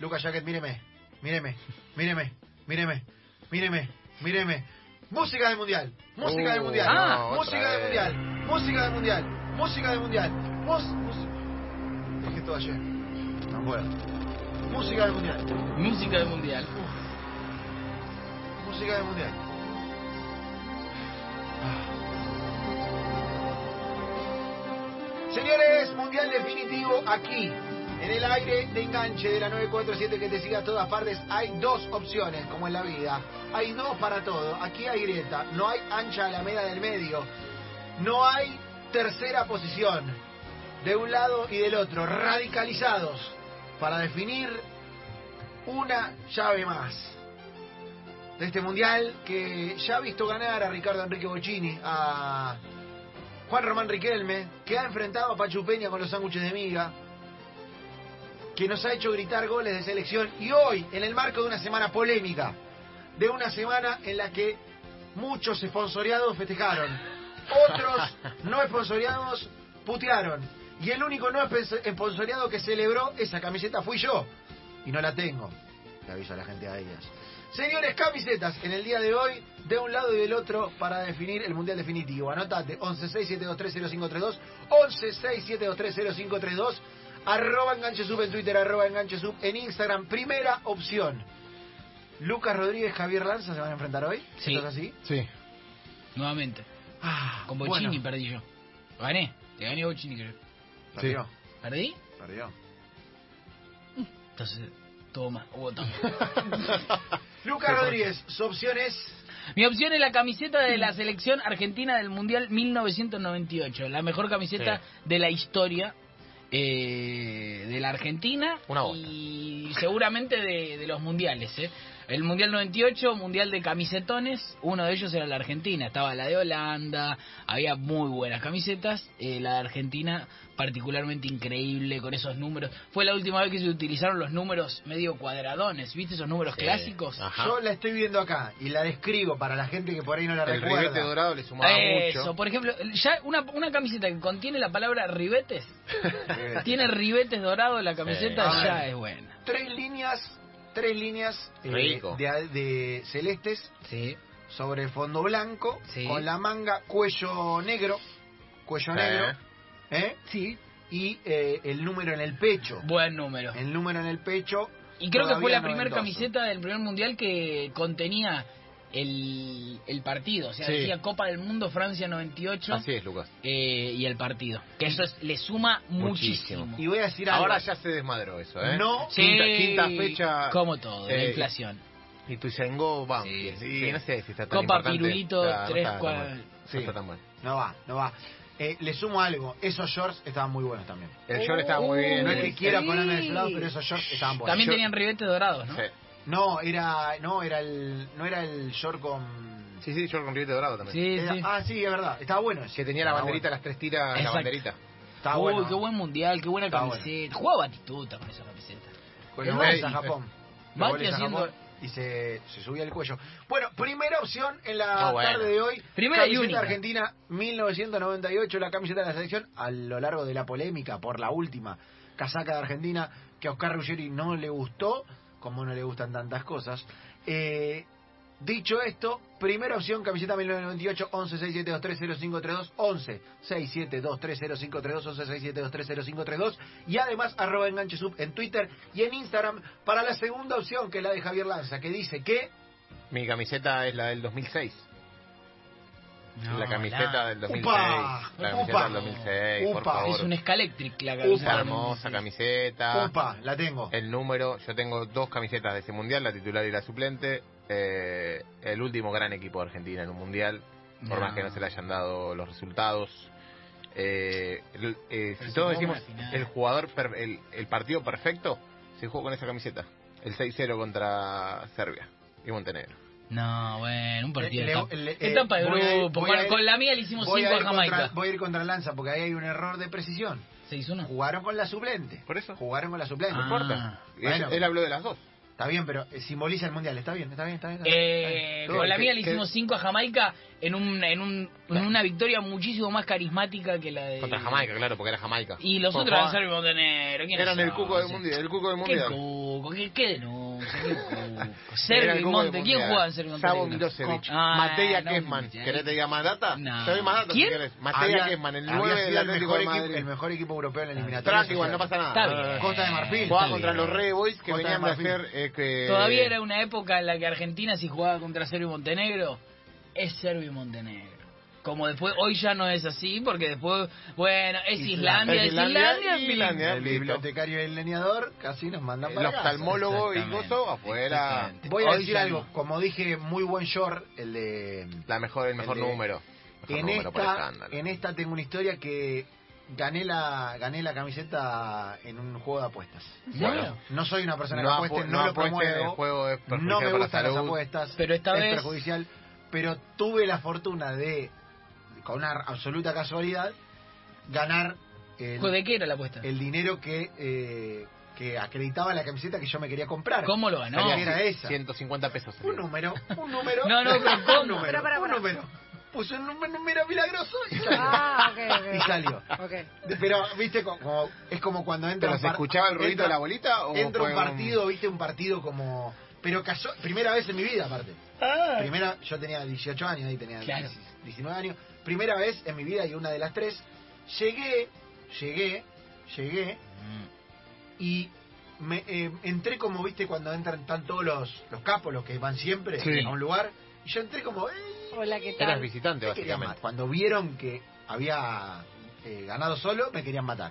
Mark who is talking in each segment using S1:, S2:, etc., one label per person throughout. S1: Lucas Jacket, míreme, míreme, míreme, míreme, míreme, míreme. Música del mundial, música del
S2: Uh,
S1: mundial,
S2: ah,
S1: música
S2: otra
S1: del
S2: vez.
S1: mundial, música del mundial, música del mundial. Mus, mus- Dije todo ayer. No puedo. Música del mundial.
S2: Música del mundial.
S1: Música del mundial. Ah. Señores, mundial definitivo aquí. En el aire de enganche de la 947 que te siga a todas partes, hay dos opciones, como en la vida. Hay dos para todo. Aquí hay grieta, no hay ancha alameda del medio. No hay tercera posición. De un lado y del otro, radicalizados, para definir una llave más de este mundial que ya ha visto ganar a Ricardo Enrique Bocini, a Juan Román Riquelme, que ha enfrentado a Pachu Peña con los sándwiches de miga, que nos ha hecho gritar goles de selección y hoy, en el marco de una semana polémica, de una semana en la que muchos esponsoreados festejaron, otros no esponsoreados putearon y el único no espe- esponsoreado que celebró esa camiseta fui yo y no la tengo. Le aviso a la gente a ellas. Señores, camisetas en el día de hoy, de un lado y del otro, para definir el Mundial definitivo. Anotate, 1167230532, 1167230532, arroba enganchesub en Twitter, arroba enganchesub en Instagram. Primera opción. Lucas Rodríguez, Javier Lanza se van a enfrentar hoy.
S2: Sí.
S1: ¿Esto es así?
S3: Sí.
S2: Nuevamente.
S1: Ah,
S2: Con Bocini
S1: bueno.
S2: perdí yo. Gané. Te gané Bocini, creo.
S1: Perdió,
S2: ¿Perdí?
S1: perdió.
S2: Entonces, toma, hubo toma.
S1: Lucas Rodríguez, su opción es...
S2: Mi opción es la camiseta de la selección argentina del Mundial 1998. La mejor camiseta
S3: Sí.
S2: de la historia eh, de la Argentina.
S3: Una bosta.
S2: y seguramente de, de los mundiales. ¿eh? El Mundial 98, Mundial de camisetones. Uno de ellos era la Argentina. Estaba la de Holanda. Había muy buenas camisetas. eh, la de Argentina particularmente increíble con esos números. Fue la última vez que se utilizaron los números medio cuadradones. ¿Viste esos números
S3: Sí. Ah,
S2: clásicos?
S3: Ajá.
S1: Yo la estoy viendo acá y la describo para la gente que por ahí no la
S3: El
S1: recuerda.
S3: ribete dorado le sumaba
S2: Eso,
S3: mucho.
S2: por ejemplo, ya una, una camiseta que contiene la palabra ribetes, tiene ribetes dorados la camiseta,
S1: Sí.
S3: Ah.
S2: ya es buena.
S1: tres líneas, tres líneas eh,
S3: Rico.
S1: de, de celestes
S2: Sí.
S1: sobre fondo blanco,
S2: Sí.
S1: con la manga cuello negro, cuello
S3: Sí.
S1: negro, ¿eh?
S2: Sí.
S1: y eh, el número en el pecho.
S2: Buen número.
S1: El número en el pecho.
S2: Y creo que fue
S1: todavía
S2: la primera
S1: noventoso.
S2: camiseta del primer mundial que contenía el, el partido. O sea,
S3: Sí.
S2: decía Copa del Mundo Francia 98
S3: Así es, Lucas.
S2: eh, y el partido. Que eso es- le suma muchísimo.
S3: Muchísimo.
S1: Y voy a decir algo.
S3: Ahora ya se desmadró eso, ¿eh?
S1: No.
S2: Sí,
S3: Quinta, quinta fecha.
S2: Como todo, la
S3: eh,
S2: inflación.
S3: Y tu Yango Banfield.
S2: Sí,
S3: Y
S2: sí.
S3: no sé si está tan
S2: Copa
S3: importante.
S2: Pirulito,
S3: Está- no
S2: tres,
S3: está tan
S2: cuadra-
S3: mal.
S1: Sí.
S3: No está tan mal.
S1: No va, no va. Eh, le sumo algo, esos shorts estaban muy buenos también.
S3: El short estaba muy bien.
S1: No es
S3: el-
S1: que quiera
S2: sí.
S1: ponerme de su lado, pero esos shorts estaban buenos.
S2: También
S3: yo-
S2: tenían ribetes dorados, ¿no?
S3: Sí.
S1: No, era, no, era el, no era el short con...
S3: Sí, sí, short con ribete dorado también.
S2: Sí,
S1: Era-
S2: sí.
S1: Ah, sí, es verdad, estaba bueno. ese.
S3: Que tenía la
S1: Estaba
S3: banderita, las tres tiras, la
S2: Exacto.
S3: banderita.
S1: bueno. Estaba
S2: Uy,
S1: bueno.
S2: qué buen mundial, qué buena
S1: Está
S2: camiseta. Jugaba Batistuta con esa camiseta.
S1: Con
S3: El
S1: los goles
S3: Messi.
S1: a Japón.
S2: Mati
S1: Los goles a
S2: haciendo-
S1: Japón Y se, se subía el cuello. Bueno, primera opción en la
S3: Ah, bueno.
S1: tarde de hoy.
S2: Primera y
S1: camiseta
S2: única.
S1: Argentina 1998, la camiseta de la selección a lo largo de la polémica por la última casaca de Argentina que a Oscar Ruggeri no le gustó, como no le gustan tantas cosas. Eh, dicho esto, primera opción camiseta 1998 11 67230532 11 67230532 11 67230532 y además arroba enganchesub en Twitter y en Instagram para la segunda opción que es la de Javier Lanza que dice que
S3: Mi camiseta es la del 2006.
S2: No,
S3: la camiseta
S2: la-
S3: del 2006.
S1: Upa,
S3: La camiseta
S1: upa,
S3: del 2006, por
S1: upa.
S3: favor.
S2: Es un Scalectric la
S3: Esa
S2: camiseta.
S3: hermosa
S2: Ah.
S3: camiseta.
S1: Opa, la tengo.
S3: El número, yo tengo dos camisetas de ese mundial, la titular y la suplente. Eh, el último gran equipo de Argentina en un mundial, por
S2: No.
S3: más que no se le hayan dado los resultados. Eh, el- eh,
S2: Pero
S3: si
S2: se
S3: todos
S2: jugó
S3: decimos
S2: una final.
S3: el jugador, per- el, el partido perfecto, se jugó con esa camiseta. El 6-0 contra Serbia y Montenegro.
S2: No, bueno, un partido.
S1: Le-
S2: de etapa,
S1: le- eh,
S2: etapa de
S1: voy a ir-
S2: grupo.
S1: voy
S2: Bueno,
S1: a ir-
S2: con la mía le hicimos
S1: Voy
S2: 5
S1: a,
S2: a
S1: ir contra,
S2: Jamaica.
S1: voy a ir contra Lanza porque ahí hay un error de precisión.
S2: 6-1.
S1: Jugaron con la suplente.
S3: Por eso.
S1: Jugaron con la suplente.
S3: No
S2: Ah.
S3: importa. Y él-
S1: Bueno.
S3: él, habló de las dos.
S1: Está bien, pero eh, simboliza el mundial. Está bien, está bien, está bien. está bien, está bien.
S2: Eh,
S1: Todo
S2: con la
S1: que-
S2: mía le
S1: que-
S2: hicimos 5 a Jamaica en, un, en, un, en una victoria muchísimo más carismática que la de.
S3: Contra Jamaica, claro, porque era Jamaica.
S2: Y los
S3: Por
S2: otros eran
S3: favor.
S2: Serbia y Montenegro. ¿quiénes
S3: Eran el
S2: son?
S3: cuco del
S2: Sí.
S3: mundial. El cuco del
S2: ¿Qué
S3: mundial.
S2: cuco? Cuco? ¿Qué, qué denuncia? ¿Qué Cuco?
S3: Era
S2: Sergio
S3: el
S2: y
S3: Cuco de
S2: Monte. ¿Quién
S3: Mundial.
S2: jugaba en Sergio y
S3: Sabo
S2: Montenegro?
S3: Milosevic.
S2: Ah,
S3: Mateia
S2: no,
S3: Kesman.
S2: ya.
S3: ¿Querés que te diga más data?
S2: No.
S3: Te doy más data
S2: ¿Quién?
S3: si querés. Mateia Kesman, el 9 del Atlético de Madrid.
S1: el mejor equipo europeo en la eliminatoria.
S3: Tranqui, igual, no pasa nada.
S2: Está bien.
S1: Costa de Marfil.
S3: Ah. Jugaba
S2: Está
S3: contra
S2: bien.
S3: los Rey Boys que
S1: Costa de
S3: venían de
S1: Marfil.
S3: hacer... eh, que-
S2: Todavía era una época en la que Argentina, si jugaba contra Serbia y Montenegro, es Serbia y Montenegro. Como después, hoy ya no es así, porque después, bueno, es Islandia, es Islandia,
S3: Islandia, Islandia.
S1: El bibliotecario y el leñador casi nos mandan
S3: El
S1: para casa.
S3: oftalmólogo y
S2: Exactamente.
S3: gozo afuera.
S2: Exactamente.
S1: Voy a
S2: Hoy
S1: decir
S2: ya
S1: algo.
S2: no.
S1: Como dije, muy buen short, el de...
S3: La mejor, el mejor
S1: El de-
S3: número. Mejor
S1: En
S3: número por
S1: esta,
S3: escándalo.
S1: en esta tengo una historia que gané la, gané la camiseta en un juego de apuestas.
S2: Bueno.
S1: No soy una persona
S3: No
S1: que
S3: apu-
S1: apueste,
S3: no
S1: no, lo
S3: apueste,
S1: promuevo.
S3: el juego es perjudicial
S1: no me
S3: para la
S1: gustan las
S3: salud.
S1: apuestas.
S2: Pero esta
S1: es
S2: vez-
S1: perjudicial. Pero tuve la fortuna de, con una absoluta casualidad, ganar el,
S2: ¿De qué era la apuesta?
S1: el dinero que, eh, que acreditaba la camiseta que yo me quería comprar.
S2: ¿Cómo lo ganó?
S1: Salía que era esa.
S3: 150 pesos.
S1: Un número, un número.
S2: No, no, pero ¿cómo?
S1: un número,
S4: Pero, para,
S1: un
S4: para.
S1: número. Puse un número, número milagroso y salió.
S4: Ah, ok,
S1: Y
S4: ok.
S1: salió.
S4: Ok.
S1: De- Pero, viste, co- como, es como cuando entra.
S3: ¿Pero
S1: un
S3: se
S1: par-
S3: escuchaba el ruido
S1: entra-
S3: de la bolita? o
S1: Entra
S3: fue
S1: un partido, viste, un partido como. Pero cayó, primera vez en mi vida, aparte.
S2: Ay.
S1: Primera, yo tenía 18 años, ahí tenía
S2: Claro.
S1: 19 años. Primera vez en mi vida y una de las tres. Llegué, llegué, llegué
S2: Mm,
S1: y me, eh, entré como, viste, cuando entran tan todos los, los capos, los que van siempre
S2: Sí.
S1: a un lugar. Y yo entré como, "Eh, "Ey,
S4: Hola, ¿qué
S3: Eras
S4: tal?
S3: visitante,
S1: me querían matar.
S3: básicamente.
S1: Cuando vieron que había eh, ganado solo, me querían matar.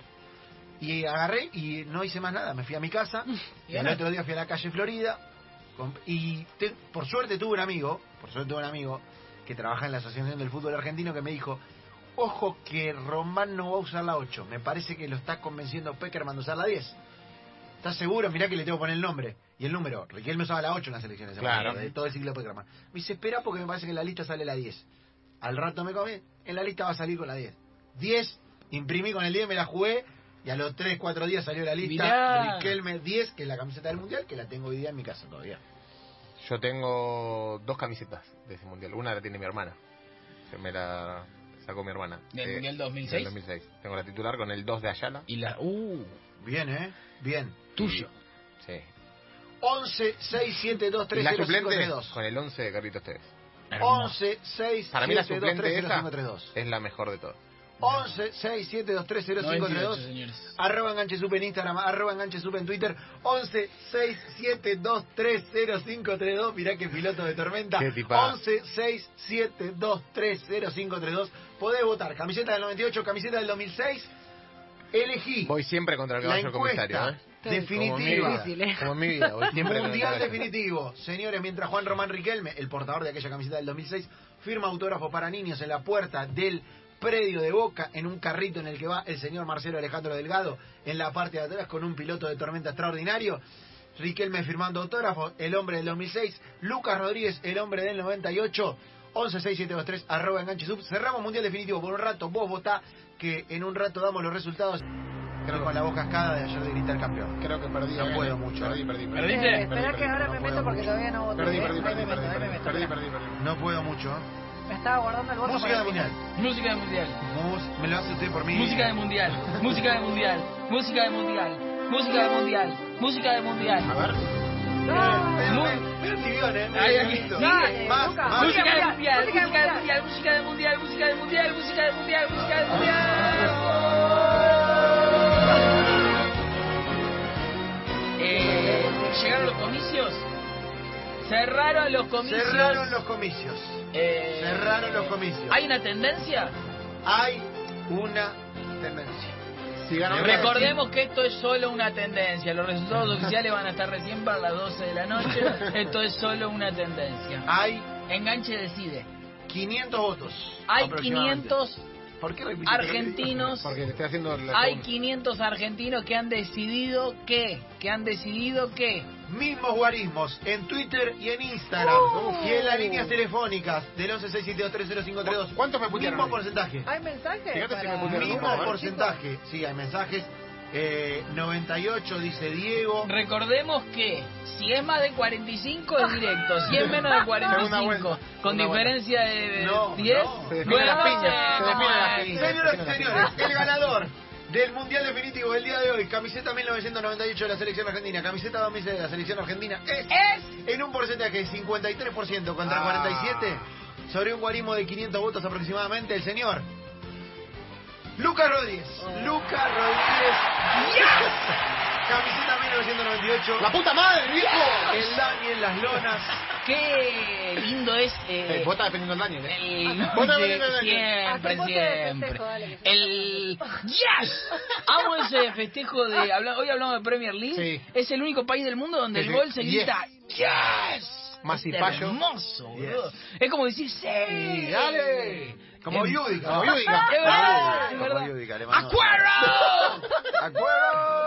S1: Y agarré y no hice más nada. Me fui a mi casa.
S2: Y
S1: y al
S2: ganaste.
S1: otro día fui a la calle Florida. comp- Y te- por suerte tuve un amigo, por suerte tuve un amigo que trabaja en la Asociación del Fútbol Argentino que me dijo, ojo que Román no va a usar la 8. Me parece que lo está convenciendo Peckerman de usar la 10. ¿Estás seguro? Mirá que le tengo que poner el nombre. Y el número. Riquelme usaba la 8 en las elecciones.
S3: Claro.
S1: De todo el ciclo Peckerman. Me dice, espera porque me parece que en la lista sale la 10. Al rato me comí. En la lista va a salir con la 10. 10, imprimí con el 10, me la jugué. Y a los 3, 4 días salió la lista.
S2: Mirá.
S1: Riquelme 10, que es la camiseta del mundial, que la tengo hoy día en mi casa todavía.
S3: Yo tengo dos camisetas de ese mundial. Una la tiene mi hermana. Se me la sacó mi hermana.
S2: ¿Del
S3: Eh,
S2: Mundial 2006?
S3: del 2006. Tengo la titular con el 2 de Ayala.
S2: Y la... Uh,
S1: Bien, ¿eh? Bien.
S2: tuyo.
S3: Sí.
S1: 11, 6, 7, 2,
S3: Y
S1: 3,
S3: la
S1: 0, 5,
S3: suplente
S1: 3, 2.
S3: con el 11 de Carlitos Tevez.
S2: Hermoso.
S1: 11, 6,
S3: Para mí la
S1: 7, 2, 3,
S3: suplente
S1: 0, 5, 3,
S3: esa Eh.
S1: 2.
S3: es la mejor de todas.
S1: 11, 6, 7, 2, 3, 0, 5, 3,
S2: 98,
S1: 2.
S2: señores.
S1: Arroba enganche en Instagram, arroba enganche en Twitter, 11 6 7 2 3 0 5 3 2. Mirá que piloto de tormenta.
S3: Qué tipazo.
S1: 11 6 7 2 3 0 5 3 2. Podés votar camiseta del 98, camiseta del 2006. Elegí
S3: Voy siempre contra el
S1: la
S3: caballo
S1: encuesta
S3: comisario. ¿eh?
S1: definitiva.
S4: difícil, ¿eh?
S3: Como en mi vida. Voy siempre contra el
S1: Mundial
S3: caballo.
S1: definitivo. Señores, mientras Juan Román Riquelme, el portador de aquella camiseta del 2006, firma autógrafo para niños en la puerta del predio de Boca, en un carrito en el que va el señor Marcelo Alejandro Delgado, en la parte de atrás con un piloto de tormenta extraordinario. Riquelme firmando autógrafo, el hombre del 2006. Lucas Rodríguez, el hombre del 98. 116723, arroba enganche sub. Cerramos Mundial Definitivo por un rato. Vos votá, que en un rato damos los resultados. Creo que con la boca cascada de ayer de gritar campeón.
S3: Creo que perdí.
S1: No
S3: gané.
S1: puedo mucho.
S3: Perdí, perdí.
S4: Eh,
S2: ¿Perdiste?
S3: Perdí,
S4: Espera
S3: perdí,
S4: que ahora
S3: no
S4: me
S3: puedo
S4: meto
S3: mucho.
S4: porque todavía no voté.
S3: Perdí,
S4: ¿eh?
S3: perdí,
S4: Ahí
S3: perdí,
S4: me meto, ahí me meto,
S3: perdí, perdí,
S4: espera.
S3: perdí, perdí.
S1: No puedo mucho. ¿eh?
S4: Me estaba guardando el voto
S1: Música de
S4: para el
S1: mundial.
S2: Música de mundial.
S1: Mus- me lo hace usted por mí.
S2: Música de mundial, música de mundial, música de mundial, música de mundial, música de
S3: A
S2: mundial.
S3: ver. Eh,
S4: No, eh,
S1: Pero,
S2: Mu-
S1: pero, pero tibio, ¿eh?
S2: Ay,
S1: Pero
S2: ay,
S1: listo.
S4: dale,
S1: Más,
S4: Luca.
S1: más.
S2: Música de
S4: Música
S2: mundial,
S4: de
S2: música de mundial,
S4: mundial,
S2: música de mundial, música de mundial, música de mundial, música de mundial. Eh, llegaron los comicios, cerraron los comicios.
S1: Cerraron los comicios.
S2: Eh,
S1: Cerraron los comicios.
S2: Hay una tendencia.
S1: Hay una tendencia.
S3: Si ganó
S2: Recordemos que esto es solo una tendencia. Los resultados oficiales van a estar recién para las 12 de la noche. Esto es solo una tendencia.
S1: Hay
S2: Enganche decide.
S1: 500 votos.
S2: Hay
S1: aproximadamente.
S2: 500
S1: ¿Por qué repite?
S2: argentinos,
S3: Porque le estoy haciendo la
S2: hay
S3: segunda.
S2: 500 argentinos que han decidido que, que han decidido que.
S1: Mismos guarismos en Twitter y en Instagram.
S2: Uh.
S4: Oh.
S1: Y en las líneas telefónicas del 1167230532.
S3: ¿Cuántos me pusieron?
S1: Mismo porcentaje.
S4: ¿Hay mensajes?
S3: Fíjate si me pusieron
S1: Mismo
S3: como, ¿eh?
S1: porcentaje. Sí, hay mensajes. Eh, 98 dice Diego.
S2: Recordemos que si es más de 45 es directo, si es menos de
S3: Segunda
S2: 45,
S3: vuelta,
S2: con
S3: segunda
S2: diferencia de
S1: No,
S2: 10,
S1: no.
S3: Se define
S2: bueno,
S3: la piña,
S2: eh,
S3: se define la piña.
S1: Señoras y señores, el ganador Del Mundial Definitivo del día de hoy, camiseta 1998 de la selección argentina, camiseta 2006 de la selección argentina, es, en un porcentaje de 53% contra
S3: Ah.
S1: 47, sobre un guarismo de 500 votos aproximadamente, el señor Lucas Rodríguez. Lucas Rodríguez. Camiseta 1998.
S3: ¡La puta madre, viejo!
S1: el Dani en las lonas.
S2: Qué lindo es. eh,
S3: Eh, vos estás defendiendo al Daniel, ¿eh?
S2: El...
S3: Vos también,
S2: Sí,
S3: dale, dale.
S2: siempre,
S4: Hacemos ese
S2: siempre.
S4: festejo, dale, que se
S2: El yes, amo ese festejo de habla- hoy hablamos de Premier League.
S3: Sí.
S2: Es el único país del mundo donde
S3: Sí,
S2: el
S3: sí.
S2: gol se
S3: Yes.
S2: grita yes.
S3: Más
S2: Es
S3: y payo.
S2: hermoso, boludo.
S1: Yes.
S2: Es como decir sí. Em,
S3: Sí, dale.
S1: Como
S2: Es-
S1: Yudica.
S3: Como Yudica.
S2: Es verdad,
S3: Como
S2: es verdad.
S3: Yudica, le mando-
S2: Acuero.
S3: ¡Acuerdo!